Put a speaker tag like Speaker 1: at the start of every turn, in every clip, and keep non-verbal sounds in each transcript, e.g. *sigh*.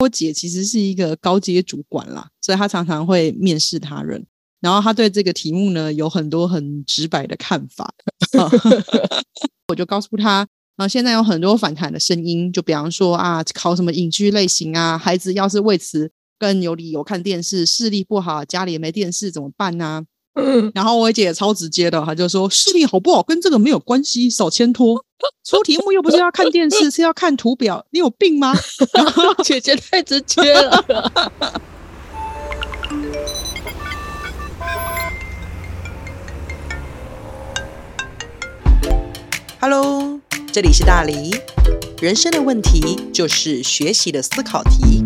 Speaker 1: 我姐其实是一个高阶主管啦，所以她常常会面试他人。然后她对这个题目呢有很多很直白的看法， *laughs* 啊我就告诉她，然后现在有很多反弹的声音，就比方说啊，考什么影剧类型啊，孩子要是为此更有理由看电视，视力不好，家里也没电视怎么办啊呢、
Speaker 2: 嗯，
Speaker 1: 然后我姐也超直接的，她就说视力好不好跟这个没有关系，少牵拖。出题目又不是要看电视，是要看图表，你有病吗？ *laughs*
Speaker 2: 姐姐太直接了。
Speaker 3: Hello，这里是大黎。人生的问题就是学习的思考题。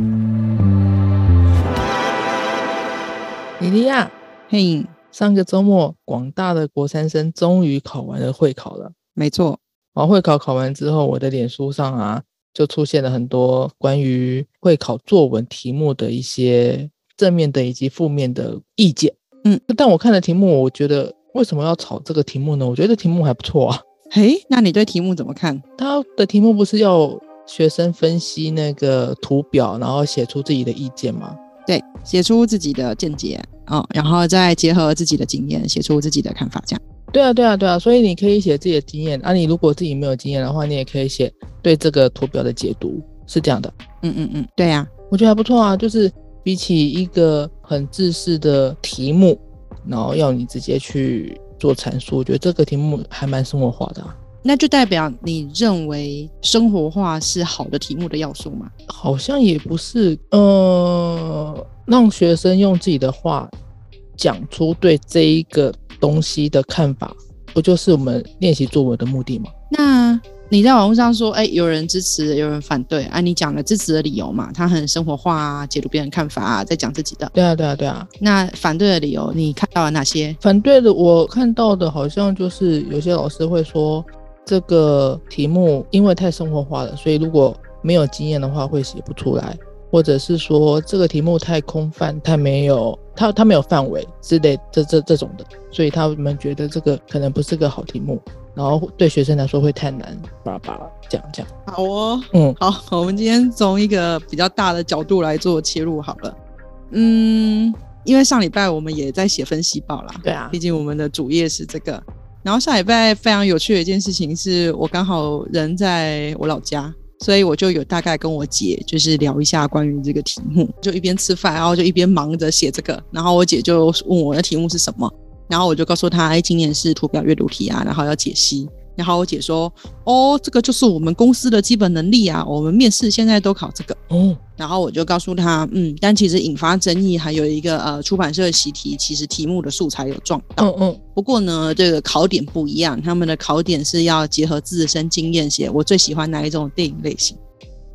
Speaker 2: *laughs* 莉莉亚，
Speaker 1: 嘿，
Speaker 2: 上个周末，广大的国三生终于考完了会考了。
Speaker 1: 没错，
Speaker 2: 然后会考考完之后，我的脸书上啊，就出现了很多关于会考作文题目的一些正面的以及负面的意见。
Speaker 1: 嗯，
Speaker 2: 但我看了题目，我觉得为什么要炒这个题目呢？我觉得题目还不错啊。
Speaker 1: 嘿，那你对题目怎么看？
Speaker 2: 它的题目不是要学生分析那个图表，然后写出自己的意见吗？
Speaker 1: 对，写出自己的见解啊、哦然后再结合自己的经验，写出自己的看法，这样。
Speaker 2: 对啊，对啊，对啊，所以你可以写自己的经验啊。你如果自己没有经验的话，你也可以写对这个图表的解读，是这样的。
Speaker 1: 嗯嗯嗯，对呀、
Speaker 2: 我觉得还不错啊，就是比起一个很自私的题目，然后要你直接去做阐述，我觉得这个题目还蛮生活化的、啊。
Speaker 1: 那就代表你认为生活化是好的题目的要素吗？
Speaker 2: 好像也不是，呃，让学生用自己的话讲出对这一个东西的看法，不就是我们练习作文的目的吗？
Speaker 1: 那你在网络上说，哎、有人支持，有人反对，啊，你讲了支持的理由嘛，他很生活化啊，解读别人看法啊，在讲自己的。
Speaker 2: 对啊，对啊，对啊。
Speaker 1: 那反对的理由，你看到了哪些？
Speaker 2: 反对的，我看到的好像就是有些老师会说，这个题目因为太生活化了，所以如果没有经验的话会写不出来，或者是说这个题目太空泛，它没有它它没有范围之类这这这种的，所以他们觉得这个可能不是个好题目，然后对学生来说会太难，巴拉巴拉这样这样，
Speaker 1: 好哦，
Speaker 2: 嗯，
Speaker 1: 好，我们今天从一个比较大的角度来做切入好了。嗯，因为上礼拜我们也在写分析报啦，
Speaker 2: 对啊
Speaker 1: 毕，竟我们的主业是这个。然后上礼拜非常有趣的一件事情是，我刚好人在我老家，所以我就有大概跟我姐就是聊一下关于这个题目，就一边吃饭，然后就一边忙着写这个。然后我姐就问我的题目是什么，然后我就告诉她，哎，今年是图表阅读题啊，然后要解析。然后我姐说，哦，这个就是我们公司的基本能力啊，我们面试现在都考这个。
Speaker 2: 哦，
Speaker 1: 然后我就告诉他，嗯，但其实引发争议还有一个呃，出版社习题其实题目的素材有撞到，
Speaker 2: 嗯嗯，
Speaker 1: 不过呢，这个考点不一样，他们的考点是要结合自身经验写我最喜欢哪一种电影类型。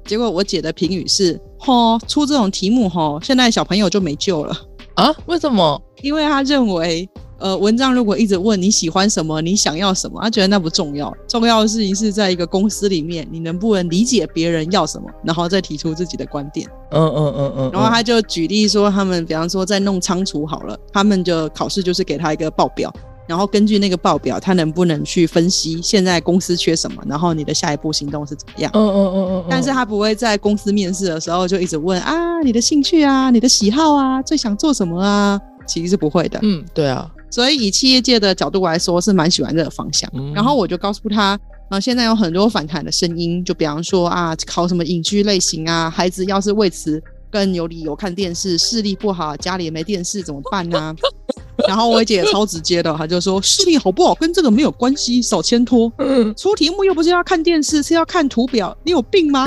Speaker 1: 结果我姐的评语是：吼，出这种题目吼，现在小朋友就没救了， *laughs*
Speaker 2: 啊，为什么？
Speaker 1: 因为她认为。呃，文章如果一直问你喜欢什么，你想要什么，她觉得那不重要，重要的事情是在一个公司里面，你能不能理解别人要什么，然后再提出自己的观点。
Speaker 2: 嗯嗯嗯嗯，
Speaker 1: 然后他就举例说，他们比方说在弄仓储好了，他们就考试就是给他一个报表，然后根据那个报表，他能不能去分析现在公司缺什么，然后你的下一步行动是怎么样。
Speaker 2: 嗯，嗯嗯嗯嗯，
Speaker 1: 但是他不会在公司面试的时候就一直问啊，你的兴趣啊，你的喜好啊，最想做什么啊，其实是不会的。
Speaker 2: 嗯，对啊，
Speaker 1: 所以以企业界的角度来说，是蛮喜欢这个方向。
Speaker 2: 嗯
Speaker 1: 然后我就告诉他，呃，现在有很多反弹的声音，就比方说啊，考什么影剧类型啊，孩子要是为此更有理由看电视，视力不好，家里也没电视怎么办呢、 *laughs* 然后我姐也超直接的，她就说视力好不好跟这个没有关系，少牵拖。
Speaker 2: 嗯，
Speaker 1: 出题目又不是要看电视，是要看图表，你有病吗？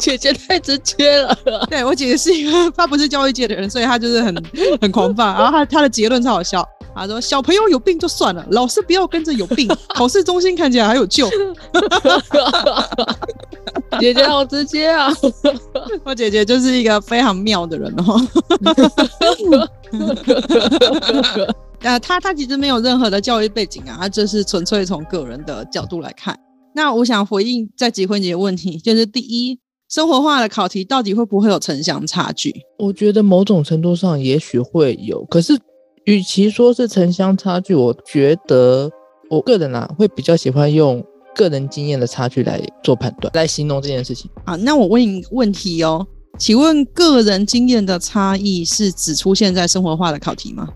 Speaker 2: 姐姐太直接了。
Speaker 1: *laughs* 对我姐姐是一个，她不是教育界的人，所以她就是很很狂放。然后她她的结论超好笑，她说小朋友有病就算了，老师不要跟着有病，考试中心看起来还有救。
Speaker 2: 姐姐好直接啊！
Speaker 1: *laughs* 我姐姐就是一个非常妙的人哦。 *laughs* 呃，她她其实没有任何的教育背景啊，她就是纯粹从个人的角度来看。那我想回应在结婚节的问题，就是第一，生活化的考题到底会不会有城乡差距？
Speaker 2: 我觉得某种程度上也许会有，可是与其说是城乡差距，我觉得我个人啊会比较喜欢用个人经验的差距来做判断，来形容这件事情。
Speaker 1: 啊，那我问你一个问题哦，请问个人经验的差异是只出现在生活化的考题吗？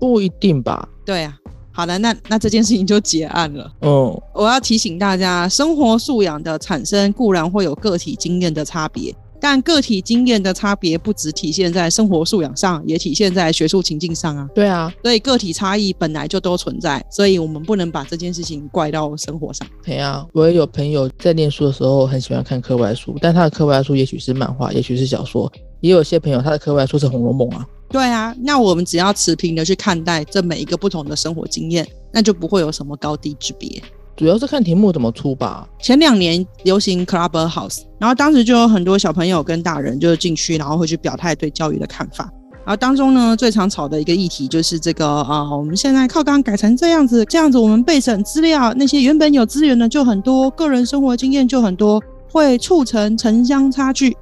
Speaker 2: 不一定吧？
Speaker 1: 对啊，好了，那那这件事情就结案了。
Speaker 2: 嗯，
Speaker 1: 我要提醒大家，生活素养的产生固然会有个体经验的差别，但个体经验的差别不只体现在生活素养上，也体现在学术情境上啊。
Speaker 2: 对啊，
Speaker 1: 所以个体差异本来就都存在，所以我们不能把这件事情怪到生活上。
Speaker 2: 哎呀，我也有朋友在念书的时候很喜欢看课外书，但他的课外书也许是漫画，也许是小说，也有些朋友他的课外书是《红楼梦》啊。
Speaker 1: 对啊，那我们只要持平的去看待这每一个不同的生活经验，那就不会有什么高低之别。
Speaker 2: 主要是看题目怎么出吧。
Speaker 1: 前两年流行 Clubhouse，然后当时就有很多小朋友跟大人就进去，然后会去表态对教育的看法。然后当中呢，最常吵的一个议题就是这个啊、我们现在靠纲改成这样子，这样子我们备审资料那些原本有资源的就很多，个人生活经验就很多，会促成城乡差距。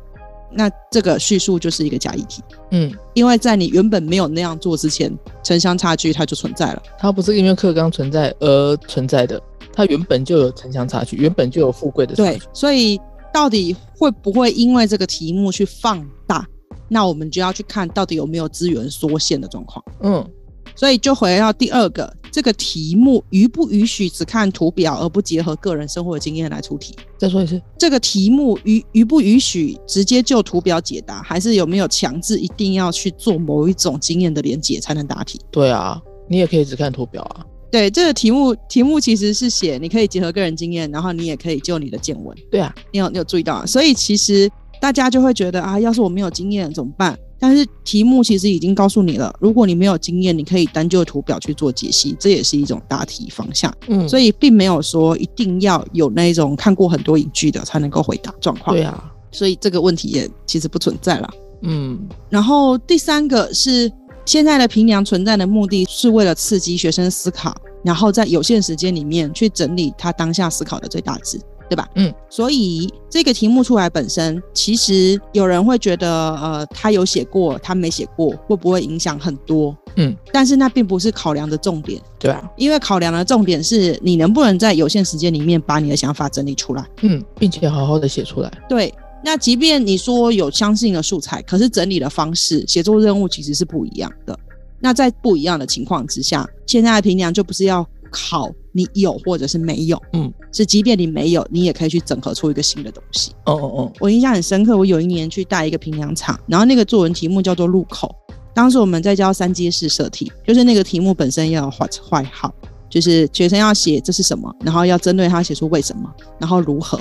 Speaker 1: 那这个叙述就是一个假议题，
Speaker 2: 嗯，
Speaker 1: 因为在你原本没有那样做之前，城乡差距它就存在了。
Speaker 2: 它不是因为课纲存在而存在的，它原本就有城乡差距，原本就有富贵的差
Speaker 1: 对
Speaker 2: 距。，
Speaker 1: 所以到底会不会因为这个题目去放大？那我们就要去看到底有没有资源缩限的状况。
Speaker 2: 嗯，
Speaker 1: 所以就回到第二个，这个题目允不允许只看图表而不结合个人生活经验来出题？
Speaker 2: 再说一次，
Speaker 1: 这个题目允允不允许直接就图表解答，还是有没有强制一定要去做某一种经验的连结才能答题？
Speaker 2: 对啊，你也可以只看图表啊。
Speaker 1: 对，这个题目题目其实是写你可以结合个人经验，然后你也可以就你的见闻。
Speaker 2: 对啊，
Speaker 1: 你有你有注意到啊？所以其实大家就会觉得啊，要是我没有经验怎么办？但是题目其实已经告诉你了，如果你没有经验，你可以单就图表去做解析，这也是一种答题方向。
Speaker 2: 嗯，
Speaker 1: 所
Speaker 2: 以
Speaker 1: 以并没有说一定要有那种看过很多影剧的才能够回答状况。
Speaker 2: 对，啊，
Speaker 1: 所以这个问题也其实不存在了。
Speaker 2: 嗯，
Speaker 1: 然后第三个是现在的平量存在的目的是为了刺激学生思考，然后在有限时间里面去整理他当下思考的最大值，对吧？
Speaker 2: 嗯，
Speaker 1: 所以这个题目出来本身，其实有人会觉得，呃，他有写过，他没写过，会不会影响很多？
Speaker 2: 嗯，
Speaker 1: 但是那并不是考量的重点，
Speaker 2: 对啊，
Speaker 1: 因为考量的重点是你能不能在有限时间里面把你的想法整理出来。
Speaker 2: 嗯，并且好好的写出来。
Speaker 1: 对，那即便你说有相信的素材，可是整理的方式、写作任务其实是不一样的。那在不一样的情况之下，现在的评量就不是要考你有或者是没有，
Speaker 2: 嗯，
Speaker 1: 是即便你没有，你也可以去整合出一个新的东西。
Speaker 2: 嗯嗯嗯，
Speaker 1: 我印象很深刻，我有一年去带一个评量场，然后那个作文题目叫做“路口”。当时我们在教三阶式设题，就是那个题目本身要有 what 坏号，就是学生要写这是什么，然后要针对它写出为什么，然后如何。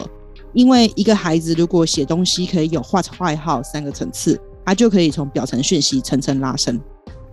Speaker 1: 因为一个孩子如果写东西可以有 what 坏号三个层次，他就可以从表层讯息层层拉升。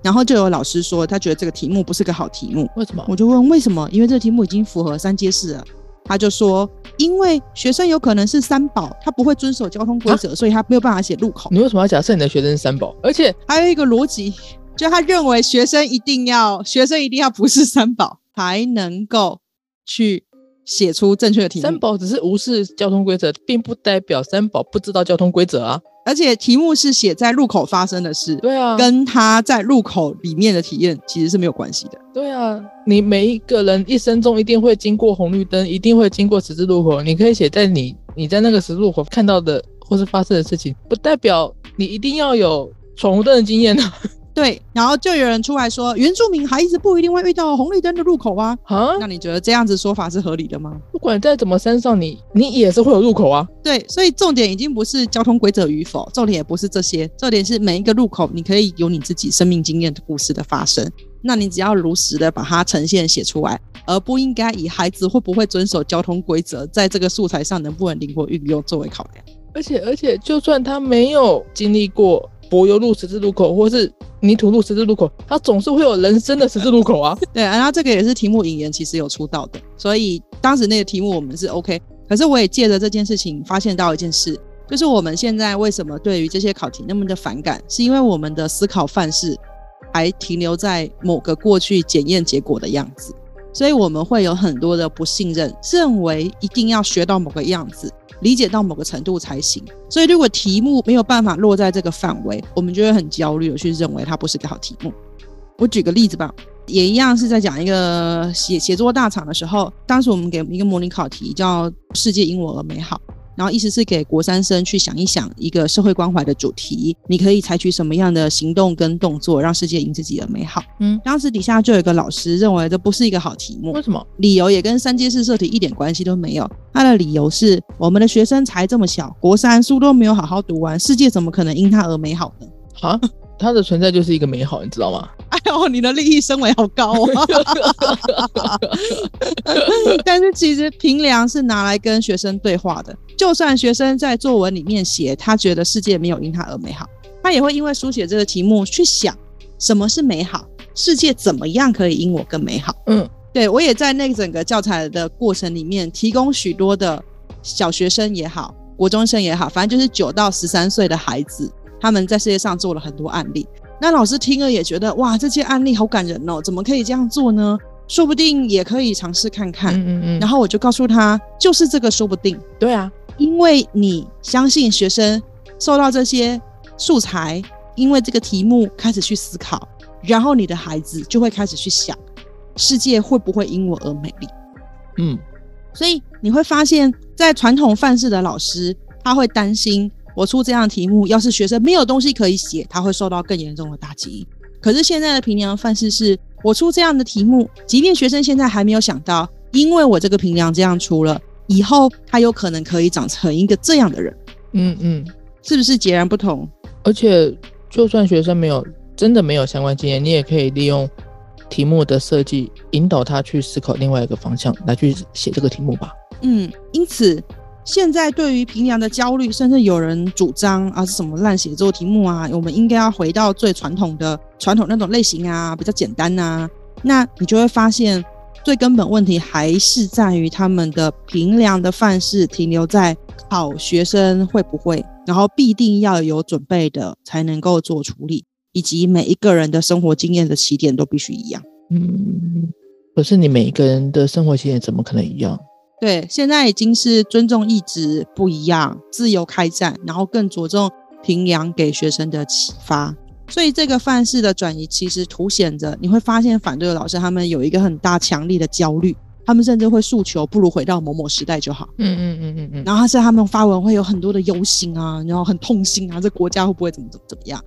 Speaker 1: 然后就有老师说，他觉得这个题目不是个好题目，
Speaker 2: 为什么？
Speaker 1: 我就问为什么？因为这个题目已经符合三阶式了。他就说，因为学生有可能是三宝，他不会遵守交通规
Speaker 2: 啊
Speaker 1: 则，所以他没有办法写路口。
Speaker 2: 你为什么要假设你的学生是三宝？而且
Speaker 1: 还有一个逻辑，就他认为学生一定要，学生一定要不是三宝才能够去写出正确的题
Speaker 2: 三
Speaker 1: 目，
Speaker 2: 宝只是无视交通规则，并不代表三宝不知道交通规则啊。
Speaker 1: 而且题目是写在路口发生的事，
Speaker 2: 对啊，
Speaker 1: 跟他在路口里面的体验其实是没有关系的。
Speaker 2: 对啊，你每一个人一生中一定会经过红绿灯，一定会经过十字路口。你可以写在你你在那个十字路口看到的或是发生的事情，不代表你一定要有闯红灯的经验啊。 *laughs*
Speaker 1: 对，然后就有人出来说，原住民孩子不一定会遇到红绿灯的路口啊。
Speaker 2: 啊，
Speaker 1: 那你觉得这样子说法是合理的吗？
Speaker 2: 不管再怎么山上你，你也是会有路口啊。
Speaker 1: 对，所以重点已经不是交通规则与否，重点也不是这些，重点是每一个路口你可以有你自己生命经验的故事的发生。那你只要如实的把它呈现写出来，而不应该以孩子会不会遵守交通规则，在这个素材上能不能灵活运用作为考量。
Speaker 2: 而且而且，就算他没有经历过柏油路十字路口或是泥土路十字路口，他总是会有人生的十字路口 *laughs* 啊。
Speaker 1: *laughs* 对，然后这个也是题目引言其实有出到的，所以当时那个题目我们是 OK。可是我也借着这件事情发现到一件事，就是我们现在为什么对于这些考题那么的反感，是因为我们的思考范式还停留在某个过去检验结果的样子，所以我们会有很多的不信任，认为一定要学到某个样子。理解到某个程度才行，所以如果题目没有办法落在这个范围，我们就会很焦虑的去认为它不是个好题目。我举个例子吧，也一样是在讲一个写写作大厂的时候，当时我们给一个模拟考题叫《世界因我而美好》，然后意思是给国三生去想一想一个社会关怀的主题，你可以采取什么样的行动跟动作，让世界赢自己的美好。
Speaker 2: 嗯
Speaker 1: 当时底下就有一个老师认为这不是一个好题目
Speaker 2: 为，什么？
Speaker 1: 理由也跟三阶式社题一点关系都没有。他的理由是我们的学生才这么小，国三书都没有好好读完，世界怎么可能因他而美好呢？
Speaker 2: 啊，它的存在就是一个美好，你知道 *laughs* 吗？
Speaker 1: 哎呦，你的利益升维好高啊！但是其实平梁是拿来跟学生对话的，就算学生在作文里面写他觉得世界没有因他而美好，他也会因为书写这个题目去想什么是美好，世界怎么样可以因我更美好。
Speaker 2: 嗯，
Speaker 1: 对我也在那整个教材的过程里面提供许多的小学生也好，国中生也好，反正就是九到十三岁的孩子，他们在世界上做了很多案例。那老师听了也觉得哇，这些案例好感人哦，怎么可以这样做呢？说不定也可以尝试看看。
Speaker 2: 嗯嗯嗯，
Speaker 1: 然后我就告诉他，就是这个说不定，
Speaker 2: *laughs* 对啊，
Speaker 1: 因为你相信学生受到这些素材，因为这个题目开始去思考，然后你的孩子就会开始去想，世界会不会因我而美丽？
Speaker 2: 嗯，
Speaker 1: 所以你会发现，在传统范式的老师，他会担心我出这样的题目，要是学生没有东西可以写，他会受到更严重的打击。可是现在的平量范式是，我出这样的题目，即便学生现在还没有想到，因为我这个平量这样出了，以后他有可能可以长成一个这样的人，
Speaker 2: 嗯嗯，
Speaker 1: 是不是截然不同？
Speaker 2: 而且就算学生没有真的没有相关经验，你也可以利用题目的设计引导他去思考另外一个方向来去写这个题目吧。
Speaker 1: 嗯，因此现在对于平凉的焦虑，甚至有人主张啊是什么烂写作题目啊，我们应该要回到最传统的传统那种类型啊，比较简单啊。那你就会发现，最根本问题还是在于他们的平凉的范式停留在考学生会不会，然后必定要有准备的才能够做处理，以及每一个人的生活经验的起点都必须一样。
Speaker 2: 嗯，可是你每一个人的生活起点怎么可能一样？
Speaker 1: 对，现在已经是尊重意志不一样，自由开战，然后更着重平阳给学生的启发。所以这个范式的转移，其实凸显着你会发现反对的老师他们有一个很大强烈的焦虑，他们甚至会诉求不如回到某某时代就好。
Speaker 2: 嗯嗯嗯嗯嗯
Speaker 1: 然后他在他们发文会有很多的忧心啊，然后很痛心啊，这国家会不会怎么怎么怎么样？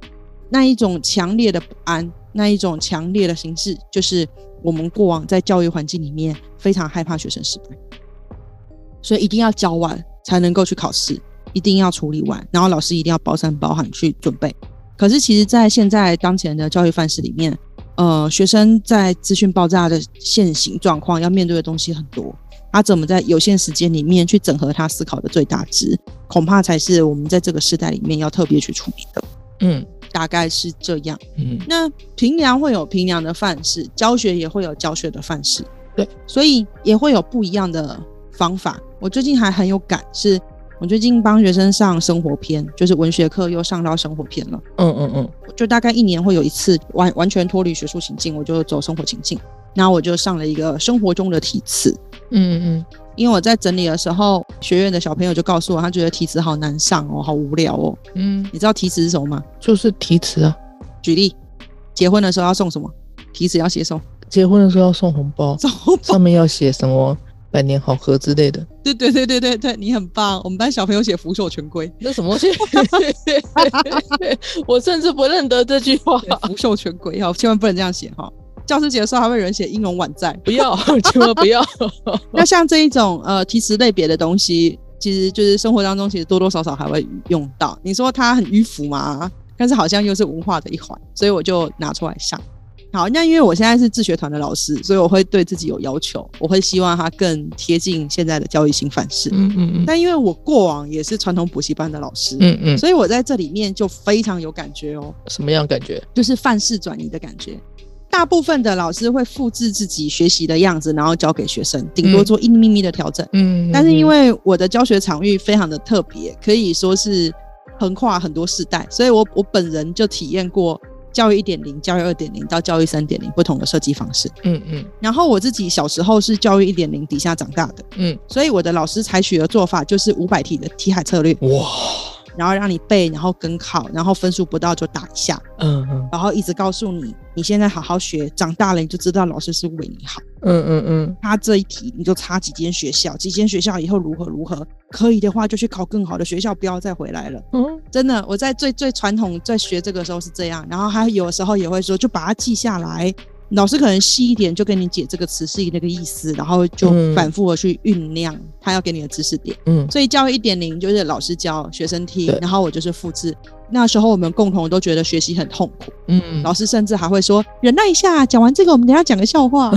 Speaker 1: 那一种强烈的不安，那一种强烈的形式，就是我们过往在教育环境里面非常害怕学生失败，所以一定要教完才能够去考试，一定要处理完，然后老师一定要包山包海去准备。可是其实，在现在当前的教育范式里面，呃，学生在资讯爆炸的现行状况要面对的东西很多，他啊怎么在有限时间里面去整合他思考的最大值，恐怕才是我们在这个时代里面要特别去处理的。
Speaker 2: 嗯
Speaker 1: 大概是这样。
Speaker 2: 嗯
Speaker 1: 那平凉会有平凉的范式，教学也会有教学的范式，
Speaker 2: 对，
Speaker 1: 所以也会有不一样的方法。我最近还很有感，是我最近帮学生上生活篇，就是文学课又上到生活篇了。
Speaker 2: 嗯嗯嗯，
Speaker 1: 就大概一年会有一次完完全脱离学术情境，我就走生活情境。然后我就上了一个生活中的题词，
Speaker 2: 嗯嗯
Speaker 1: 因为我在整理的时候，学院的小朋友就告诉我，他觉得题词好难上哦，好无聊哦。
Speaker 2: 嗯，
Speaker 1: 你知道题词是什么吗？
Speaker 2: 就是题词啊。
Speaker 1: 举例，结婚的时候要送什么？题词要写什么？
Speaker 2: 结婚的时候要送红包，
Speaker 1: 送
Speaker 2: 上面要写什么“百年好合”之类的，
Speaker 1: *laughs* 对对对对对对，你很棒。我们班小朋友写福寿全归，
Speaker 2: 那什么东西？ *laughs* 我甚至不认得这句话。 *laughs*
Speaker 1: 对福寿全归哈，千万不能这样写哈、教师节的时候还会有人写英容宛在，
Speaker 2: 不要， *laughs* 千万不要。
Speaker 1: 那像这一种呃题词类别的东西，其实就是生活当中其实多多少少还会用到。你说它很迂腐嘛，但是好像又是文化的一环，所以我就拿出来上。好，那因为我现在是自学团的老师，所以我会对自己有要求，我会希望它更贴近现在的教育新范式。
Speaker 2: 嗯嗯嗯
Speaker 1: 但因为我过往也是传统补习班的老师，
Speaker 2: 嗯嗯，
Speaker 1: 所以我在这里面就非常有感觉哦。
Speaker 2: 什么样感觉？
Speaker 1: 就是范式转移的感觉。大部分的老师会复制自己学习的样子，然后教给学生，顶多做一咪咪的调整。
Speaker 2: 嗯，
Speaker 1: 但是因
Speaker 2: 嗯
Speaker 1: 为我的教学场域非常的特别，可以说是横跨很多世代，所以我我本人就体验过教育一点零、教育二点零到教育三点零不同的设计方式。
Speaker 2: 嗯嗯
Speaker 1: 然后我自己小时候是教育一点零底下长大的，
Speaker 2: 嗯
Speaker 1: 所以我的老师采取的做法就是五百题的题海策略。
Speaker 2: 嗯，哇，
Speaker 1: 然后让你背，然后跟考，然后分数不到就打一下，
Speaker 2: 嗯嗯
Speaker 1: 然后一直告诉你，你现在好好学，长大了你就知道老师是为你好。
Speaker 2: 嗯嗯嗯，
Speaker 1: 差这一题你就差几间学校，几间学校以后如何如何，可以的话就去考更好的学校，不要再回来了。
Speaker 2: 嗯，
Speaker 1: 真的，我在最最传统在学这个时候是这样，然后还有时候也会说，就把它记下来。老师可能细一点就跟你解这个词是那个意思，然后就
Speaker 2: 嗯
Speaker 1: 反复的去酝酿他要给你的知识点。
Speaker 2: 嗯
Speaker 1: 所以教育一点零就是老师教，学生听
Speaker 2: 对，
Speaker 1: 然后我就是复制。那时候我们共同都觉得学习很痛苦，
Speaker 2: 嗯，
Speaker 1: 老师甚至还会说：“忍耐一下，讲完这个我们等一下讲个笑 *laughs* 话。”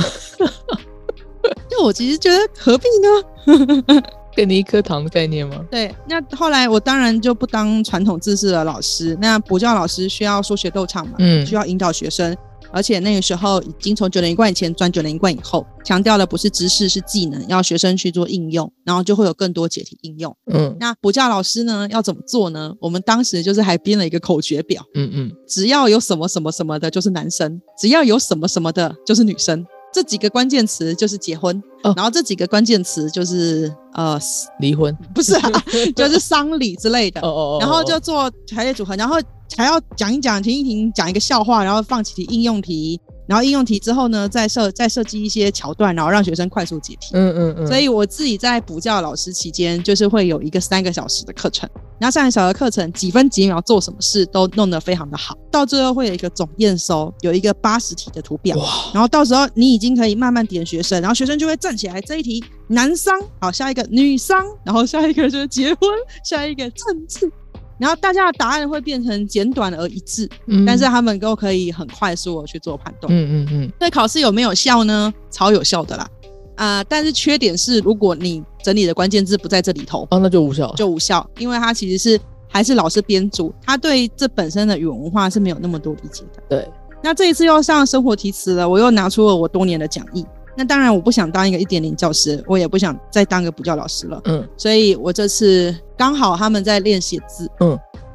Speaker 1: 就我其实觉得何必呢？
Speaker 2: 给你一颗糖的概念吗？
Speaker 1: 对，那后来我当然就不当传统知识的老师，那补教老师需要说学逗唱嘛，
Speaker 2: 嗯
Speaker 1: 需要引导学生，而且那个时候已经从九年一贯以前转九年一贯以后，强调的不是知识是技能，要学生去做应用，然后就会有更多解题应用。
Speaker 2: 嗯
Speaker 1: 那补教老师呢要怎么做呢？我们当时就是还编了一个口诀表，
Speaker 2: 嗯嗯，
Speaker 1: 只要有什么什么什么的就是男生，只要有什么什么的就是女生，这几个关键词就是结婚，
Speaker 2: 哦
Speaker 1: 然后这几个关键词就是
Speaker 2: *laughs*
Speaker 1: 呃
Speaker 2: 离婚，
Speaker 1: 不是、啊，就是丧礼之类的。
Speaker 2: 哦哦哦，
Speaker 1: 然后就
Speaker 2: 哦
Speaker 1: 做排列组合，然后还要讲一讲、停一停，讲一个笑话，然后放几题应用题，然后应用题之后呢，再设再设计一些桥段，然后让学生快速解题。
Speaker 2: 嗯嗯嗯，
Speaker 1: 所以我自己在补教老师期间，就是会有一个三个小时的课程，然后三个小时的课程几分几秒做什么事都弄得非常的好，到最后会有一个总验收，有一个八十题的图表，
Speaker 2: 哇，
Speaker 1: 然后到时候你已经可以慢慢点学生，然后学生就会站起来。这一题男商，好，下一个女商，然后下一个就是结婚， *laughs* 下一个政治，然后大家的答案会变成简短而一致，
Speaker 2: 嗯
Speaker 1: 但是他们都可以很快速的去做判断。
Speaker 2: 嗯嗯嗯，
Speaker 1: 对考试有没有效呢？超有效的啦，啊、但是缺点是，如果你整理的关键字不在这里头，
Speaker 2: 哦，那就无效了，
Speaker 1: 就无效，因为它其实是还是老师编组，他对这本身的语文文化是没有那么多理解的。
Speaker 2: 对，
Speaker 1: 那这一次又上生活题词了，我又拿出了我多年的讲义。那当然，我不想当一个一点零教师，我也不想再当个补教老师了，
Speaker 2: 嗯
Speaker 1: 所以我这次刚好他们在练写字，
Speaker 2: 嗯，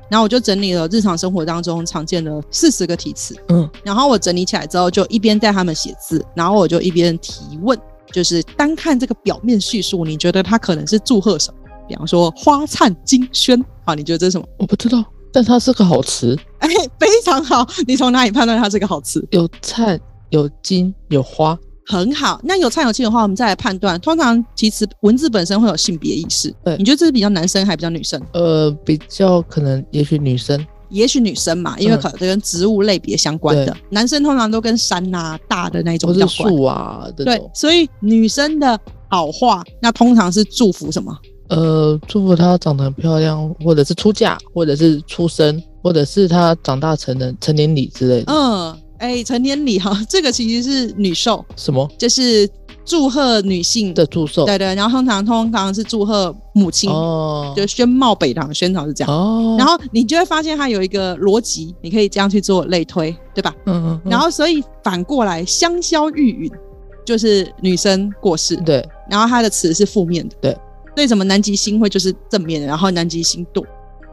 Speaker 1: 然后我就整理了日常生活当中常见的四十个题词，
Speaker 2: 嗯，
Speaker 1: 然后我整理起来之后，就一边带他们写字，然后我就一边提问，就是单看这个表面叙述，你觉得他可能是祝贺什么？比方说花灿金萱，好，你觉得这是什么？
Speaker 2: 我不知道，但它是个好词，
Speaker 1: 哎，非常好，你从哪里判断它是个好词？
Speaker 2: 有灿，有金，有花，
Speaker 1: 很好。那有参有气的话，我们再来判断。通常其实文字本身会有性别意识，
Speaker 2: 对
Speaker 1: 你觉得这是比较男生还比较女生？
Speaker 2: 呃，比较可能，也许女生，
Speaker 1: 也许女生嘛，因为可能跟植物类别相关的，
Speaker 2: 嗯对
Speaker 1: 男生通常都跟山呐、大的那一
Speaker 2: 或
Speaker 1: 种比
Speaker 2: 是
Speaker 1: 较关。
Speaker 2: 树啊这
Speaker 1: 对
Speaker 2: 种，，
Speaker 1: 所以女生的好话，那通常是祝福什么？
Speaker 2: 呃，祝福她长得很漂亮，或者是出嫁，或者是出生，或者是她长大成人成年礼之类的，
Speaker 1: 嗯，哎、成年礼哈， *laughs* 这个其实是女寿，
Speaker 2: 什么
Speaker 1: 就是祝贺女性
Speaker 2: 的祝寿，
Speaker 1: 对对，然后通常通常是祝贺母亲，
Speaker 2: 哦，
Speaker 1: 就宣茂北堂宣传是这样。
Speaker 2: 哦，
Speaker 1: 然后你就会发现它有一个逻辑，你可以这样去做类推，对吧？
Speaker 2: 嗯，嗯嗯
Speaker 1: 然后所以反过来，香消玉殒就是女生过世，
Speaker 2: 对，
Speaker 1: 然后它的词是负面的，
Speaker 2: 对。
Speaker 1: 所以什么南极星会就是正面的，然后南极星堕，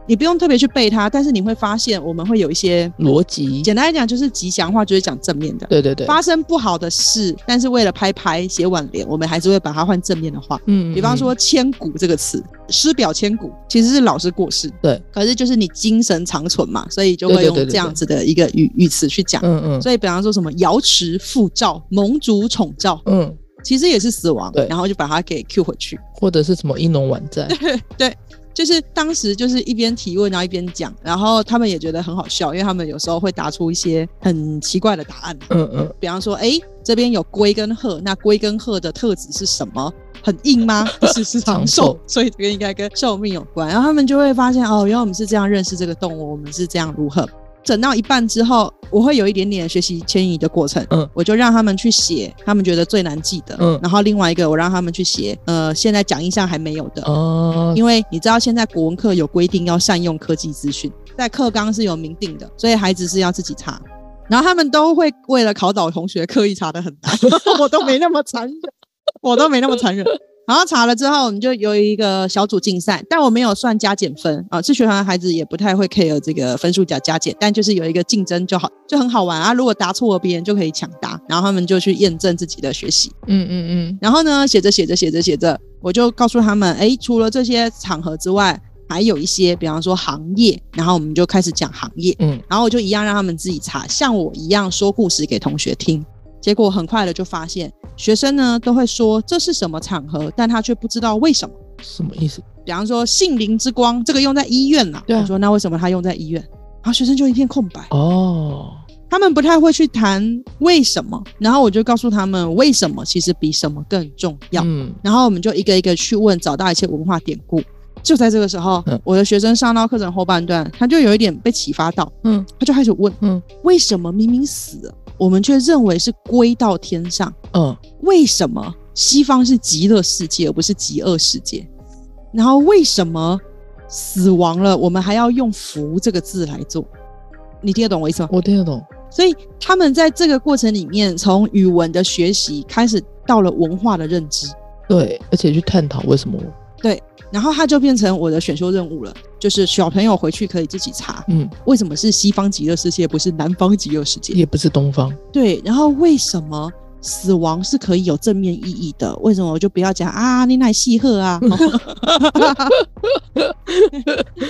Speaker 1: 你不用特别去背它，但是你会发现我们会有一些，
Speaker 2: 逻辑，
Speaker 1: 简单来讲就是吉祥话，就是讲正面的。
Speaker 2: 对对对，
Speaker 1: 发生不好的事，但是为了拍拍写挽联，我们还是会把它换正面的话。
Speaker 2: 嗯，嗯
Speaker 1: 比方，说“千古”这个词，师表千古其实是老师过世，
Speaker 2: 对。
Speaker 1: 可是就是你精神长存嘛，所以就会
Speaker 2: 对对
Speaker 1: 用
Speaker 2: 对对
Speaker 1: 这样子的一个语语词去讲。
Speaker 2: 嗯嗯
Speaker 1: 所以，比方说什么“瑶池复照”“盟主宠照
Speaker 2: 嗯，”，
Speaker 1: 其实也是死亡
Speaker 2: 对，
Speaker 1: 然后就把它给 Q 回去。
Speaker 2: 或者是什么一农晚在，
Speaker 1: 就是当时就是一边提问，然后一边讲，然后他们也觉得很好笑，因为他们有时候会答出一些很奇怪的答案。
Speaker 2: 嗯嗯，
Speaker 1: 比方说，哎、这边有龟跟鹤，那龟跟鹤的特质是什么？很硬
Speaker 2: *laughs*
Speaker 1: 吗？不是，是长
Speaker 2: 长
Speaker 1: 寿
Speaker 2: 寿，
Speaker 1: 所以这个应该跟寿命有关。然后他们就会发现，哦，原来我们是这样认识这个动物，我们是这样如何。整到一半之后，我会有一点点学习迁移的过程，嗯
Speaker 2: 嗯，
Speaker 1: 我就让他们去写他们觉得最难记的，嗯
Speaker 2: 嗯，
Speaker 1: 然后另外一个我让他们去写，呃，现在讲义上还没有的，
Speaker 2: 哦，
Speaker 1: 因为你知道现在国文课有规定要善用科技资讯，在课纲是有明定的，所以孩子是要自己查。然后他们都会为了考倒同学刻意查的很难， *laughs* 我都没那么残忍，我都没那么残忍。然后查了之后，我们就有一个小组竞赛，但我没有算加减分啊。自学团的孩子也不太会 care 这个分数加加减，但就是有一个竞争就好，就很好玩啊。如果答错了，别人就可以抢答，然后他们就去验证自己的学习。
Speaker 2: 嗯嗯嗯，
Speaker 1: 然后呢，写着写着写着写着，我就告诉他们，哎，除了这些场合之外，还有一些，比方说行业，然后我们就开始讲行业，
Speaker 2: 嗯，
Speaker 1: 然后我就一样让他们自己查，像我一样说故事给同学听。结果很快的就发现，学生呢都会说这是什么场合，但他却不知道为什么。
Speaker 2: 什么意思？
Speaker 1: 比方说杏林之光，这个用在医院啦、
Speaker 2: 对啊
Speaker 1: 我说那为什么他用在医院？然后学生就一片空白。
Speaker 2: 哦，
Speaker 1: 他们不太会去谈为什么，然后我就告诉他们为什么其实比什么更重要。
Speaker 2: 嗯，
Speaker 1: 然后我们就一个一个去问，找到一些文化典故。就在这个时候，
Speaker 2: 嗯
Speaker 1: 我的学生上到课程后半段，他就有一点被启发到，
Speaker 2: 嗯，
Speaker 1: 他就开始问，
Speaker 2: 嗯，
Speaker 1: 为什么明明死了，我们却认为是归到天上？
Speaker 2: 嗯，
Speaker 1: 为什么西方是极乐世界而不是极恶世界？然后为什么死亡了，我们还要用“福”这个字来做？你听得懂我意思吗？
Speaker 2: 我听得懂。
Speaker 1: 所以他们在这个过程里面，从语文的学习开始，到了文化的认知，
Speaker 2: 对，而且去探讨为什么我，
Speaker 1: 然后它就变成我的选修任务了，就是小朋友回去可以自己查，
Speaker 2: 嗯，
Speaker 1: 为什么是西方极乐世界，不是南方极乐世界？
Speaker 2: 也不是东方，
Speaker 1: 对，然后为什么？死亡是可以有正面意义的，为什么我就不要讲啊？你乃西鹤啊！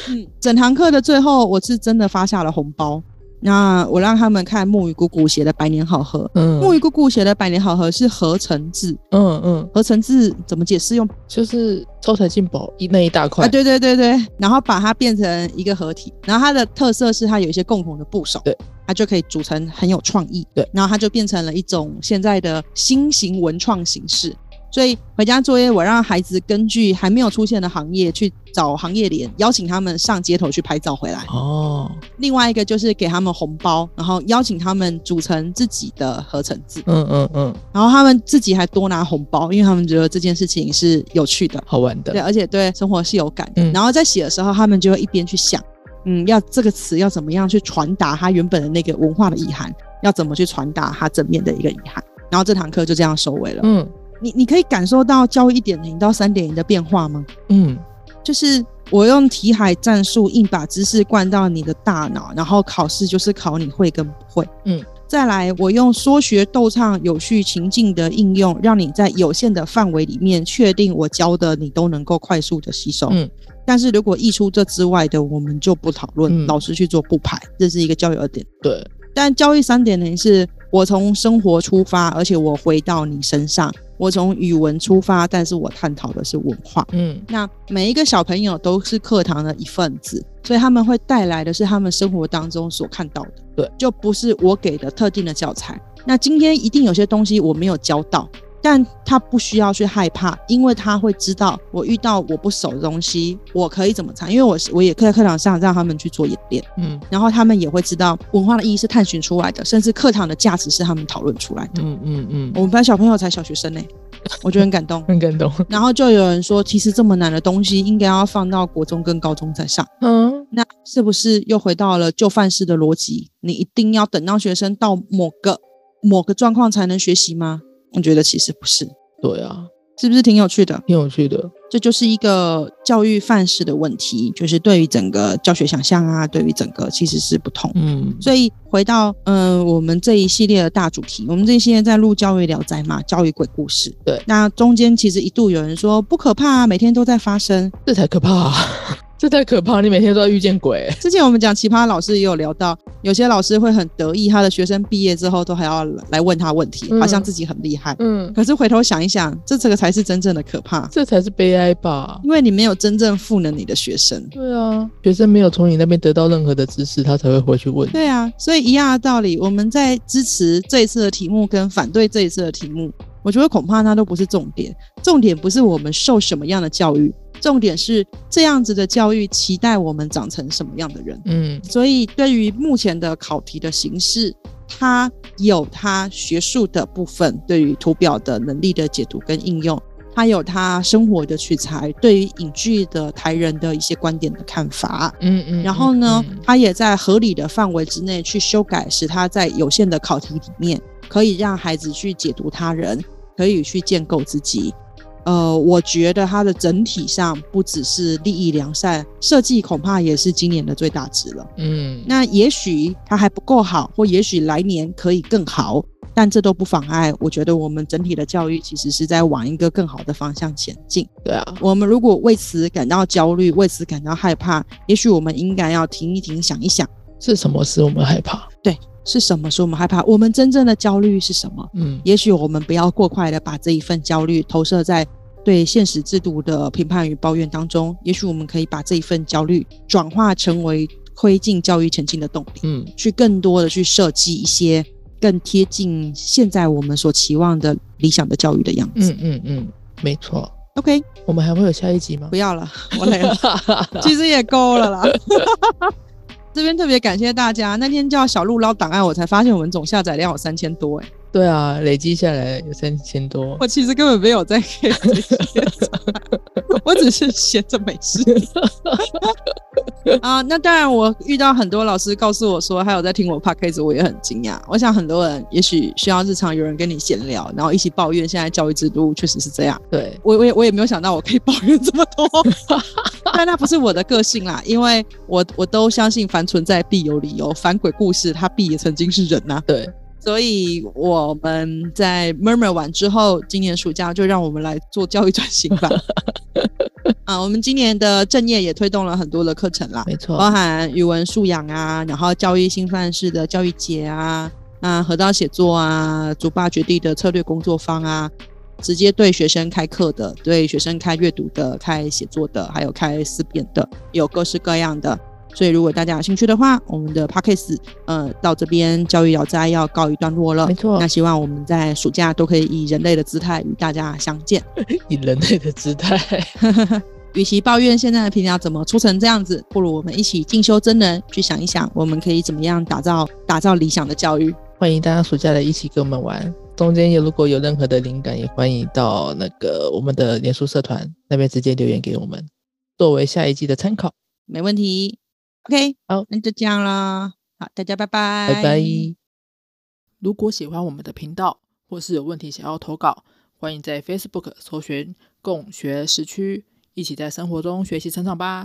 Speaker 1: 嗯，整堂课的最后，我是真的发下了红包。那我让他们看木鱼姑姑写的《百年好合》，
Speaker 2: 嗯，
Speaker 1: 木鱼姑姑写的《百年好合》是合成字，
Speaker 2: 嗯嗯，
Speaker 1: 合成字怎么解释用
Speaker 2: 就是招财进宝一那一大块，
Speaker 1: 啊？，对对对对，然后把它变成一个合体，然后它的特色是它有一些共同的部首，
Speaker 2: 对，
Speaker 1: 它就可以组成很有创意，
Speaker 2: 对，
Speaker 1: 然后它就变成了一种现在的新型文创形式。所以回家作业，我让孩子根据还没有出现的行业去找行业联，邀请他们上街头去拍照回来。
Speaker 2: 哦，
Speaker 1: 另外一个就是给他们红包，然后邀请他们组成自己的合成字。
Speaker 2: 嗯嗯嗯，
Speaker 1: 然后他们自己还多拿红包，因为他们觉得这件事情是有趣的，
Speaker 2: 好玩的，
Speaker 1: 对，而啊且对生活是有感的。
Speaker 2: 嗯
Speaker 1: 然后在写的时候，他们就会一边去想，嗯，要这个词要怎么样去传达它原本的那个文化的意涵，要怎么去传达它正面的一个意涵。然后这堂课就这样收尾了。
Speaker 2: 嗯
Speaker 1: 你你可以感受到教育一点零到三点零的变化吗？
Speaker 2: 嗯，
Speaker 1: 就是我用题海战术硬把知识灌到你的大脑，然后考试就是考你会跟不会。
Speaker 2: 嗯，
Speaker 1: 再来我用说学逗唱有序情境的应用，让你在有限的范围里面确定我教的你都能够快速的吸收。
Speaker 2: 嗯。
Speaker 1: 但是如果溢出这之外的，我们就不讨论，
Speaker 2: 嗯
Speaker 1: 老师去做布排，这是一个教育二点。
Speaker 2: 对，
Speaker 1: 但教育三点零是我从生活出发，而且我回到你身上，我从语文出发，但是我探讨的是文化。
Speaker 2: 嗯
Speaker 1: 那每一个小朋友都是课堂的一份子，所以他们会带来的是他们生活当中所看到的，
Speaker 2: 对，
Speaker 1: 就不是我给的特定的教材。那今天一定有些东西我没有教到，但他不需要去害怕，因为他会知道我遇到我不熟的东西，我可以怎么查，因为我是我也可以在课堂上让他们去做演练，
Speaker 2: 嗯
Speaker 1: 然后他们也会知道文化的意义是探寻出来的，甚至课堂的价值是他们讨论出来的。
Speaker 2: 嗯嗯嗯，
Speaker 1: 我们班小朋友才小学生呢、我觉得很感动。
Speaker 2: *laughs* 很感动，
Speaker 1: 然后就有人说，其实这么难的东西应该要放到国中跟高中再上，
Speaker 2: 嗯
Speaker 1: 那是不是又回到了就范式的逻辑？你一定要等到学生到某个某个状况才能学习吗？我觉得其实不是，
Speaker 2: 对啊，
Speaker 1: 是不是挺有趣的？
Speaker 2: 挺有趣的，
Speaker 1: 这就是一个教育范式的问题，就是对于整个教学想象啊，对于整个其实是不同。
Speaker 2: 嗯，
Speaker 1: 所以回到嗯、呃我们这一系列的大主题，我们这一系列在录教育聊斋嘛，教育鬼故事。
Speaker 2: 对
Speaker 1: 那中间其实一度有人说不可怕啊，每天都在发生。
Speaker 2: 这才可怕、啊， *laughs* 这才可怕，你每天都要遇见鬼，
Speaker 1: 之前我们讲奇葩老师也有聊到，有些老师会很得意，他的学生毕业之后都还要来问他问题，
Speaker 2: 嗯
Speaker 1: 好像自己很厉害。
Speaker 2: 嗯，
Speaker 1: 可是回头想一想，这这个才是真正的可怕，
Speaker 2: 这才是悲哀吧。
Speaker 1: 因为你没有真正赋能你的学生。
Speaker 2: 对啊，学生没有从你那边得到任何的知识，他才会回去问。
Speaker 1: 对啊，所以一样的道理，我们在支持这一次的题目跟反对这一次的题目，我觉得恐怕那都不是重点，重点不是我们受什么样的教育，重点是这样子的教育期待我们长成什么样的人。
Speaker 2: 嗯
Speaker 1: 所以对于目前的考题的形式，它有它学术的部分，对于图表的能力的解读跟应用。它有它生活的取材，对于影剧的台人的一些观点的看法，
Speaker 2: 嗯嗯。
Speaker 1: 然后呢
Speaker 2: 嗯，
Speaker 1: 它也在合理的范围之内去修改，使它在有限的考题里面，可以让孩子去解读他人，可以去建构自己。呃，我觉得它的整体上不只是利益良善，设计恐怕也是今年的最大值了。
Speaker 2: 嗯，
Speaker 1: 那也许它还不够好，或也许来年可以更好，但这都不妨碍，我觉得我们整体的教育其实是在往一个更好的方向前进。
Speaker 2: 对啊，
Speaker 1: 我们如果为此感到焦虑，为此感到害怕，也许我们应该要停一停，想一想，
Speaker 2: 是什么使我们害怕？
Speaker 1: 是什么使我们害怕？我们真正的焦虑是什么？
Speaker 2: 嗯，
Speaker 1: 也许我们不要过快的把这一份焦虑投射在对现实制度的评判与抱怨当中，也许我们可以把这一份焦虑转化成为推进教育前进的动力。
Speaker 2: 嗯，
Speaker 1: 去更多的去设计一些更贴近现在我们所期望的理想的教育的样子。
Speaker 2: 嗯嗯嗯，没错。
Speaker 1: OK，
Speaker 2: 我们还会有下一 *laughs* 集吗
Speaker 1: 不？要了，我累了，其实也够了啦。这边特别感谢大家，那天叫小鹿捞档案，我才发现我们总下载量有三千多、欸，
Speaker 2: 对啊，累积下来有三千多。
Speaker 1: 我其实根本没有在给自己写载，我只是闲着没事啊。那当然，我遇到很多老师告诉我说，还有在听我 podcast，我也很惊讶。我想很多人也许需要日常有人跟你闲聊，然后一起抱怨现在教育制度确实是这样。
Speaker 2: 对，
Speaker 1: 我我也我也没有想到我可以抱怨这么多，但那不是我的个性啦，因为我我都相信凡存在必有理由，凡鬼故事它必也曾经是人呐、
Speaker 2: 对，
Speaker 1: 所以我们在 murmur 完之后，今年暑假就让我们来做教育转型吧。啊，我们今年的正业也推动了很多的课程啦，
Speaker 2: 没错。
Speaker 1: 包含语文素养啊，然后教育新范式的教育节啊，啊，河道写作啊，竹霸绝地的策略工作坊啊，直接对学生开课的，对学生开阅读的，开写作的，还有开思辨的，有各式各样的。所以，如果大家有兴趣的话，我们的 p a c k a g e 呃，到这边教育聊斋要告一段落了
Speaker 2: 没。错
Speaker 1: 那，希望我们在暑假都可以以人类的姿态与大家相见。
Speaker 2: 以人类的姿态， *laughs*
Speaker 1: 与其抱怨现在的评价怎么出成这样子，不如我们一起进修真人，去想一想，我们可以怎么样打造打造理想的教育。
Speaker 2: 欢迎大家暑假来一起跟我们玩。中间也如果有任何的灵感，也欢迎到那个我们的脸书社团那边直接留言给我们，作为下一季的参考。
Speaker 1: 没问题。OK，
Speaker 2: 好
Speaker 1: 那就这样啦。好，大家拜拜，
Speaker 2: 拜拜。如果喜欢我们的频道，或是有问题想要投稿，欢迎在 Facebook 搜寻“共学时区”，一起在生活中学习成长吧。